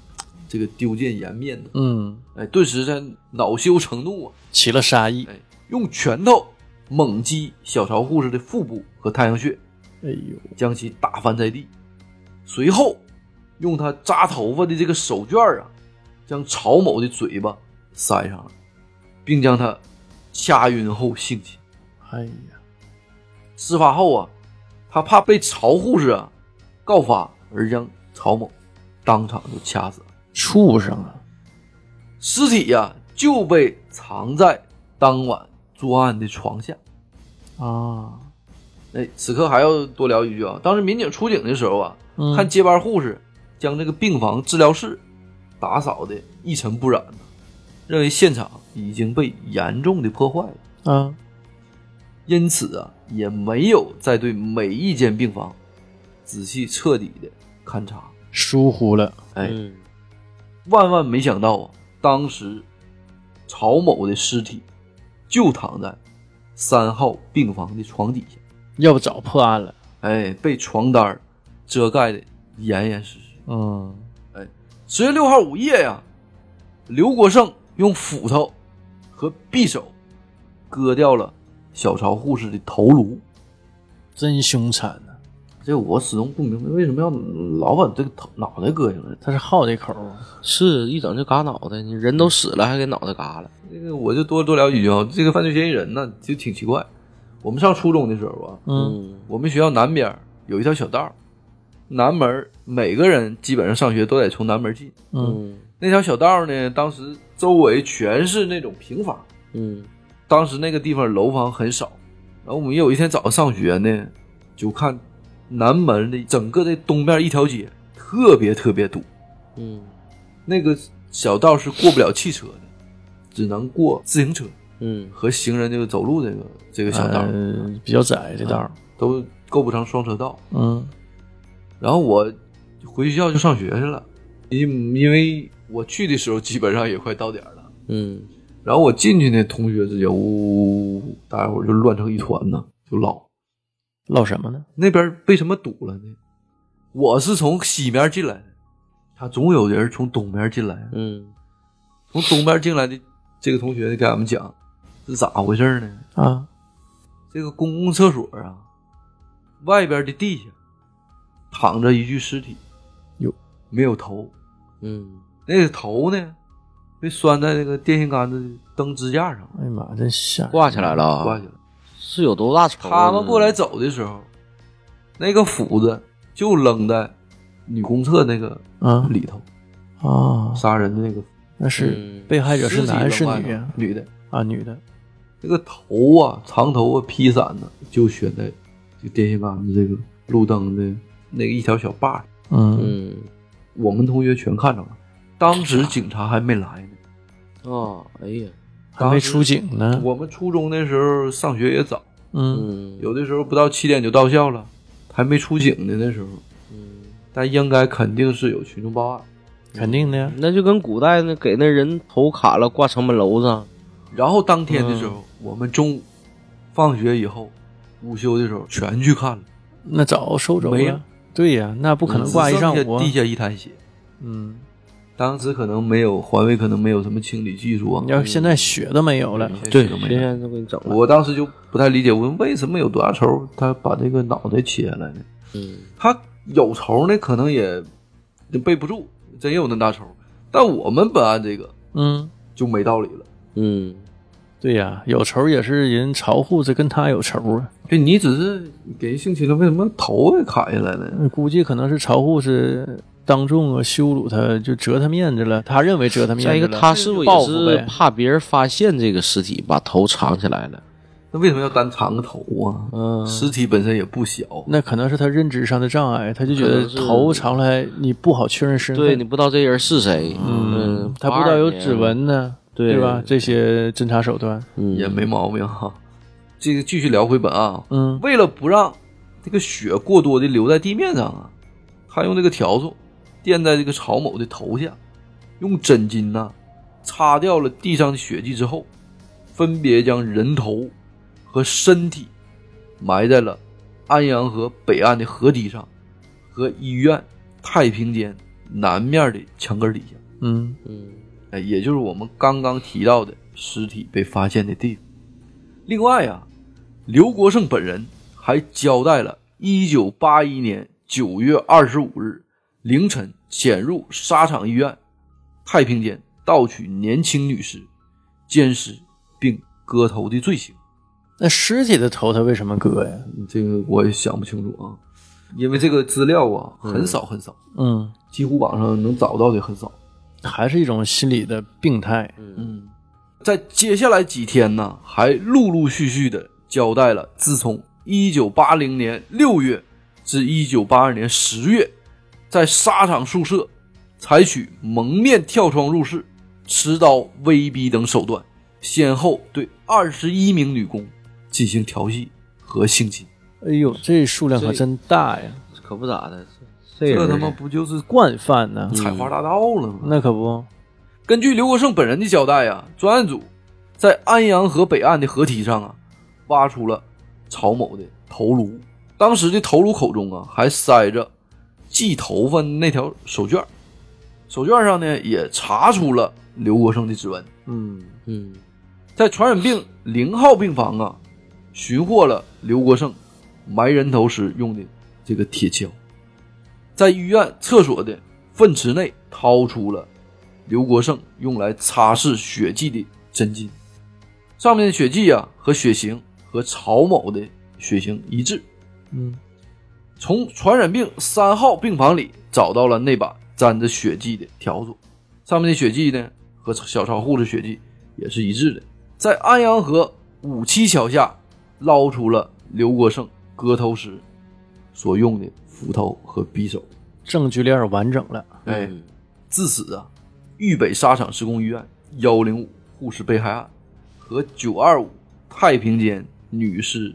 D: 这个丢尽颜面的，
B: 嗯，
D: 哎，顿时在恼羞成怒啊，
B: 起了杀意。
D: 哎，用拳头猛击小曹护士的腹部和太阳穴，
B: 哎呦，
D: 将其打翻在地。随后，用他扎头发的这个手绢啊，将曹某的嘴巴塞上了，并将他掐晕后性侵。
B: 哎呀，
D: 事发后啊，他怕被曹护士啊告发，而将曹某当场就掐死了。
B: 畜生啊！
D: 尸体呀、就被藏在当晚作案的床下。
B: 啊，
D: 哎，此刻还要多聊一句啊，当时民警出警的时候啊，
B: 嗯
D: 看接班护士将这个病房治疗室打扫的一尘不染呢，认为现场已经被严重的破坏了，
B: 啊，
D: 因此啊，也没有再对每一间病房仔细彻底的勘察。
B: 疏忽了。
D: 哎，
C: 嗯
D: 万万没想到啊，当时曹某的尸体就躺在三号病房的床底下，
B: 要不早破案了。
D: 哎，被床单儿遮盖的严严实实。
B: 嗯，
D: 十月六号午夜呀，刘国胜用斧头和匕首割掉了小曹护士的头颅。
B: 真凶残啊呐、
D: 这我始终不明白，为什么要老把这个头脑袋割下来？
B: 他是好这口儿，
C: 是一整就嘎脑袋，你人都死了还给脑袋嘎了，
D: 这个我就多多聊几句啊。这个犯罪嫌疑人呢，就挺奇怪。我们上初中的时候啊，
B: 嗯，
D: 我们学校南边有一条小道儿，南门儿每个人基本上上学都得从南门进。
C: 嗯
D: 那条小道儿呢，当时周围全是那种平房，
C: 嗯
D: 当时那个地方楼房很少，然后我们有一天早上上学呢，就看南门的整个的东面一条街特别特别堵，
C: 嗯
D: 那个小道是过不了汽车的，只能过自行车
C: 嗯
D: 和行人这个走路这个这个小道、
B: 呃比较窄这道儿，
D: 都够不上双车道。
B: 嗯
D: 然后我回学校就上学去了，因因为我去的时候基本上也快到点儿了。
C: 嗯
D: 然后我进去呢，同学之间呜呜呜呜，大家伙儿就乱成一团呢，就唠。
B: 唠什么呢？
D: 那边为什么堵了呢？我是从西面进来的，他总有人从东边进来。
C: 嗯
D: 从东边进来的这个同学呢，给俺们讲是咋回事呢？
B: 啊，
D: 这个公共厕所啊，外边的地下躺着一具尸体，
B: 哟，
D: 没有头，
C: 嗯
D: 那个头呢被拴在那个电线杆子的灯支架上
B: 哎呀妈，真吓人！
C: 挂起来了啊，
D: 挂起来。
C: 是有多大仇？啊
D: 他们过来，走的时候，那个斧子就扔在女公厕那个
B: 啊
D: 里头，
B: 啊，
D: 杀人的那个
B: 那是
C: 嗯
B: 被害者是
D: 尸体
B: 男
D: 扔
B: 是
D: 外
B: 女
D: 头
B: 啊？
D: 女的，
B: 啊，女的。
D: 这个头啊，长头啊，披散呢，就悬在这个电线杆子这个路灯的那个一条小坝里。
B: 嗯
C: 嗯
D: 我们同学全看着了，当时
B: 啊
D: 警察还没来呢。
C: 啊，哎呀，
B: 还没出警呢。
D: 我们初中那时候上学也早，
B: 嗯
C: 嗯
D: 有的时候不到七点就到校了，还没出警呢那时候。
C: 嗯，
D: 但应该肯定是有群众报案。
B: 肯定的呀。
C: 那就跟古代那给那人头砍了挂城门楼上，
D: 然后当天的时
B: 嗯
D: 候，我们中午放学以后，午休的时候全去看了，
B: 那早收走
D: 没呀嗯
B: 了。对呀，嗯那不可能挂一上
D: 只剩
B: 午
D: 下
B: 啊
D: 地。下一滩血。
B: 嗯，
D: 当时可能没有环卫，可能没有什么清理技术啊
B: 你。要现在血都没有了，
D: 对
C: 谁现在都给你整啊了，
D: 我当时就不太理解，我问为什么有多大仇，他把这个脑袋切下来呢？
C: 嗯
D: 他有仇呢，可能也背不住，真有那么大仇。但我们本案这个
B: 嗯，
D: 就没道理了，
C: 嗯
B: 对呀，有仇也是人曹护士跟他有仇啊，
D: 就你只是给人性侵了，为什么头给砍下来了呢？
B: 嗯估计可能是曹护士当众啊羞辱他，就折他面子了，他认为折他面子
C: 再
B: 了。
C: 一个，他是不是
B: 报
C: 也
B: 复
C: 是
B: 呗？
C: 怕别人发现这个尸体，把头藏起来了？
D: 那为什么要单藏个头啊？
B: 嗯，
D: 尸体本身也不小，
B: 那可能是他认知上的障碍，他就觉
C: 可
B: 得
C: 能是
B: 头长来你不好确认身份。
C: 对你不知道这人是谁，嗯，
B: 他不知道有指，纹呢，
C: 对
B: 对吧？这些侦查手段，
C: 嗯，
D: 也没毛病哈、这个继续聊回本案啊，
B: 嗯
D: 为了不让这个血过多的留在地面上啊，他用这个笤帚垫在这个曹某的头下，用枕巾呐擦掉了地上的血迹之后，分别将人头和身体埋在了安阳河北岸的河堤上和医院太平间南面的墙根底下。
B: 嗯
C: 嗯
D: 哎，也就是我们刚刚提到的尸体被发现的地方。另外啊，刘国胜本人还交代了1981年9月25日凌晨潜入沙场医院太平间盗取年轻女尸、奸尸并割头的罪行。嗯
B: 那尸体的头他为什么割呀？
D: 这个我也想不清楚啊，因为这个资料啊很少很少，
B: 嗯，
D: 几乎网上能找到的很少。
B: 还是一种心理的病态。
D: 嗯，在接下来几天呢，还陆陆续续的交代了自从一九八零年六月至一九八二年十月，在沙场宿舍采取蒙面跳窗入室、持刀威逼等手段，先后对二十一名女工进行调戏和性侵。
B: 哎呦，这数量可真大呀！
C: 可不咋的，这
D: 这
C: 人
D: 他妈不就是嗯
B: 惯犯呢？
D: 采花大盗了吗？
B: 那可不，
D: 根据刘国胜本人的交代啊，专案组在安阳河北岸的河堤上啊，挖出了曹某的头颅。当时的头颅口中啊，还塞着系头发那条手绢儿，手绢儿上呢也查出了刘国胜的指纹。
B: 嗯，
C: 嗯，
D: 在传染病零号病房啊，寻获了刘国胜埋人头时用的这个铁锹，在医院厕所的粪池内掏出了刘国胜用来擦拭血迹的针巾，上面的血迹啊和血型和曹某的血型一致。
A: 嗯，
D: 从传染病三号病房里找到了那把沾着血迹的笤帚，上面的血迹呢和小曹护的血迹也是一致的。在安阳河五七桥下捞出了刘国胜割头时所用的斧头和匕首。
B: 证据链完整了。
D: 哎，自此啊，豫北沙场施工医院幺零五护士被害案和九二五太平间女尸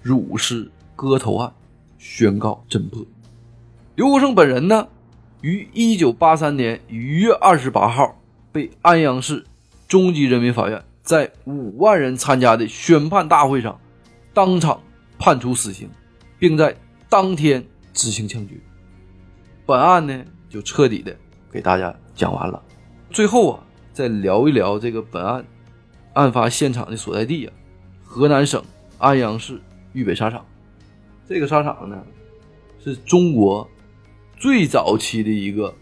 D: 辱尸割头案宣告侦破。刘国胜本人呢，于一九八三年一月二十八号被安阳市中级人民法院在五万人参加的宣判大会上当场判处死刑，并在当天执行枪决。本案呢就彻底的给大家讲完了。最后啊，再聊一聊这个本案案发现场的所在地啊，河南省安阳市豫北沙场。这个沙场呢，是中国最早期的一个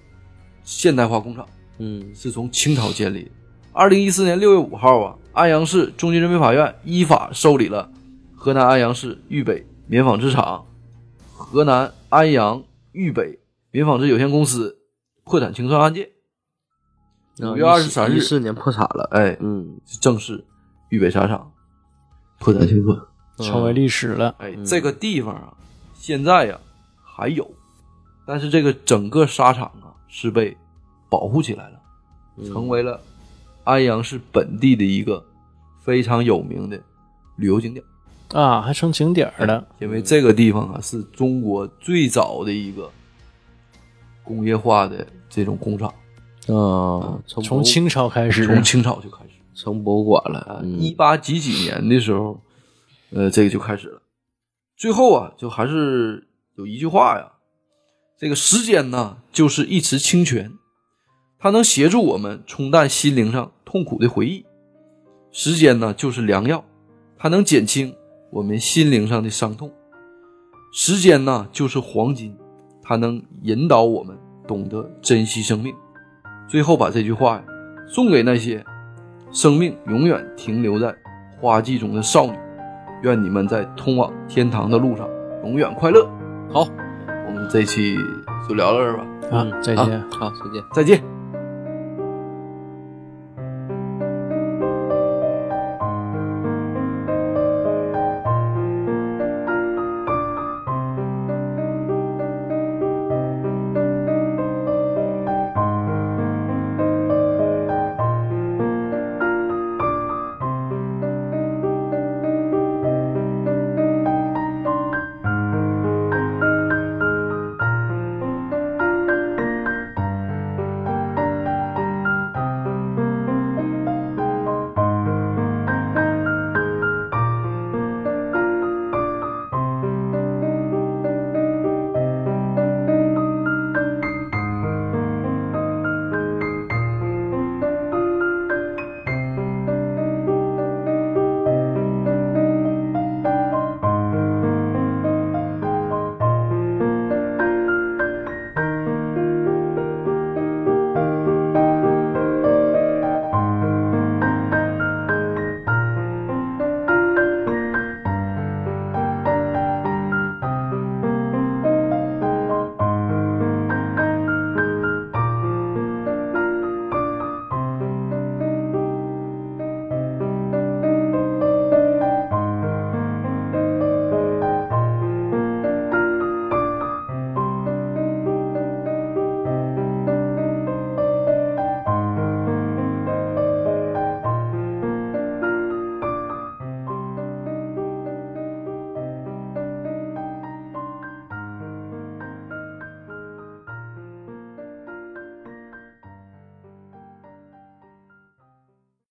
D: 现代化工厂，
C: 嗯
D: 是从清朝建立的。二零一四年六月五号啊，安阳市中级人民法院依法受理了河南安阳市豫北棉纺织厂、河南安阳豫北棉纺织有限公司破产清算案件。
C: 嗯，
D: 五月二十三日，
C: 四年破产了，
D: 哎，
C: 嗯，
D: 正式豫北沙场破产清算。
B: 成为历史了。
D: 哎，这个地方啊，现在呀、还有，但是这个整个沙场啊是被保护起来了，成为了安阳市本地的一个非常有名的旅游景点。
B: 啊，还成景点儿了。
D: 因为这个地方啊是中国最早的一个工业化的这种工厂，
C: 啊，
B: 从清朝开始，
D: 从清朝就开始。
C: 成博物馆
D: 啊
C: 了，，嗯
D: 一八几几年的时候，呃，这个就开始了。最后啊，就还是有一句话呀，这个时间呢，就是一池清泉，它能协助我们冲淡心灵上痛苦的回忆；时间呢，就是良药，它能减轻我们心灵上的伤痛；时间呢，就是黄金，它能引导我们懂得珍惜生命。最后把这句话呀，送给那些生命永远停留在花季中的少女。愿你们在通往天堂的路上永远快乐。
C: 好，
D: 我们这期就聊到这儿吧，
B: 啊，再见。
C: 嗯好，再见。
D: 再见。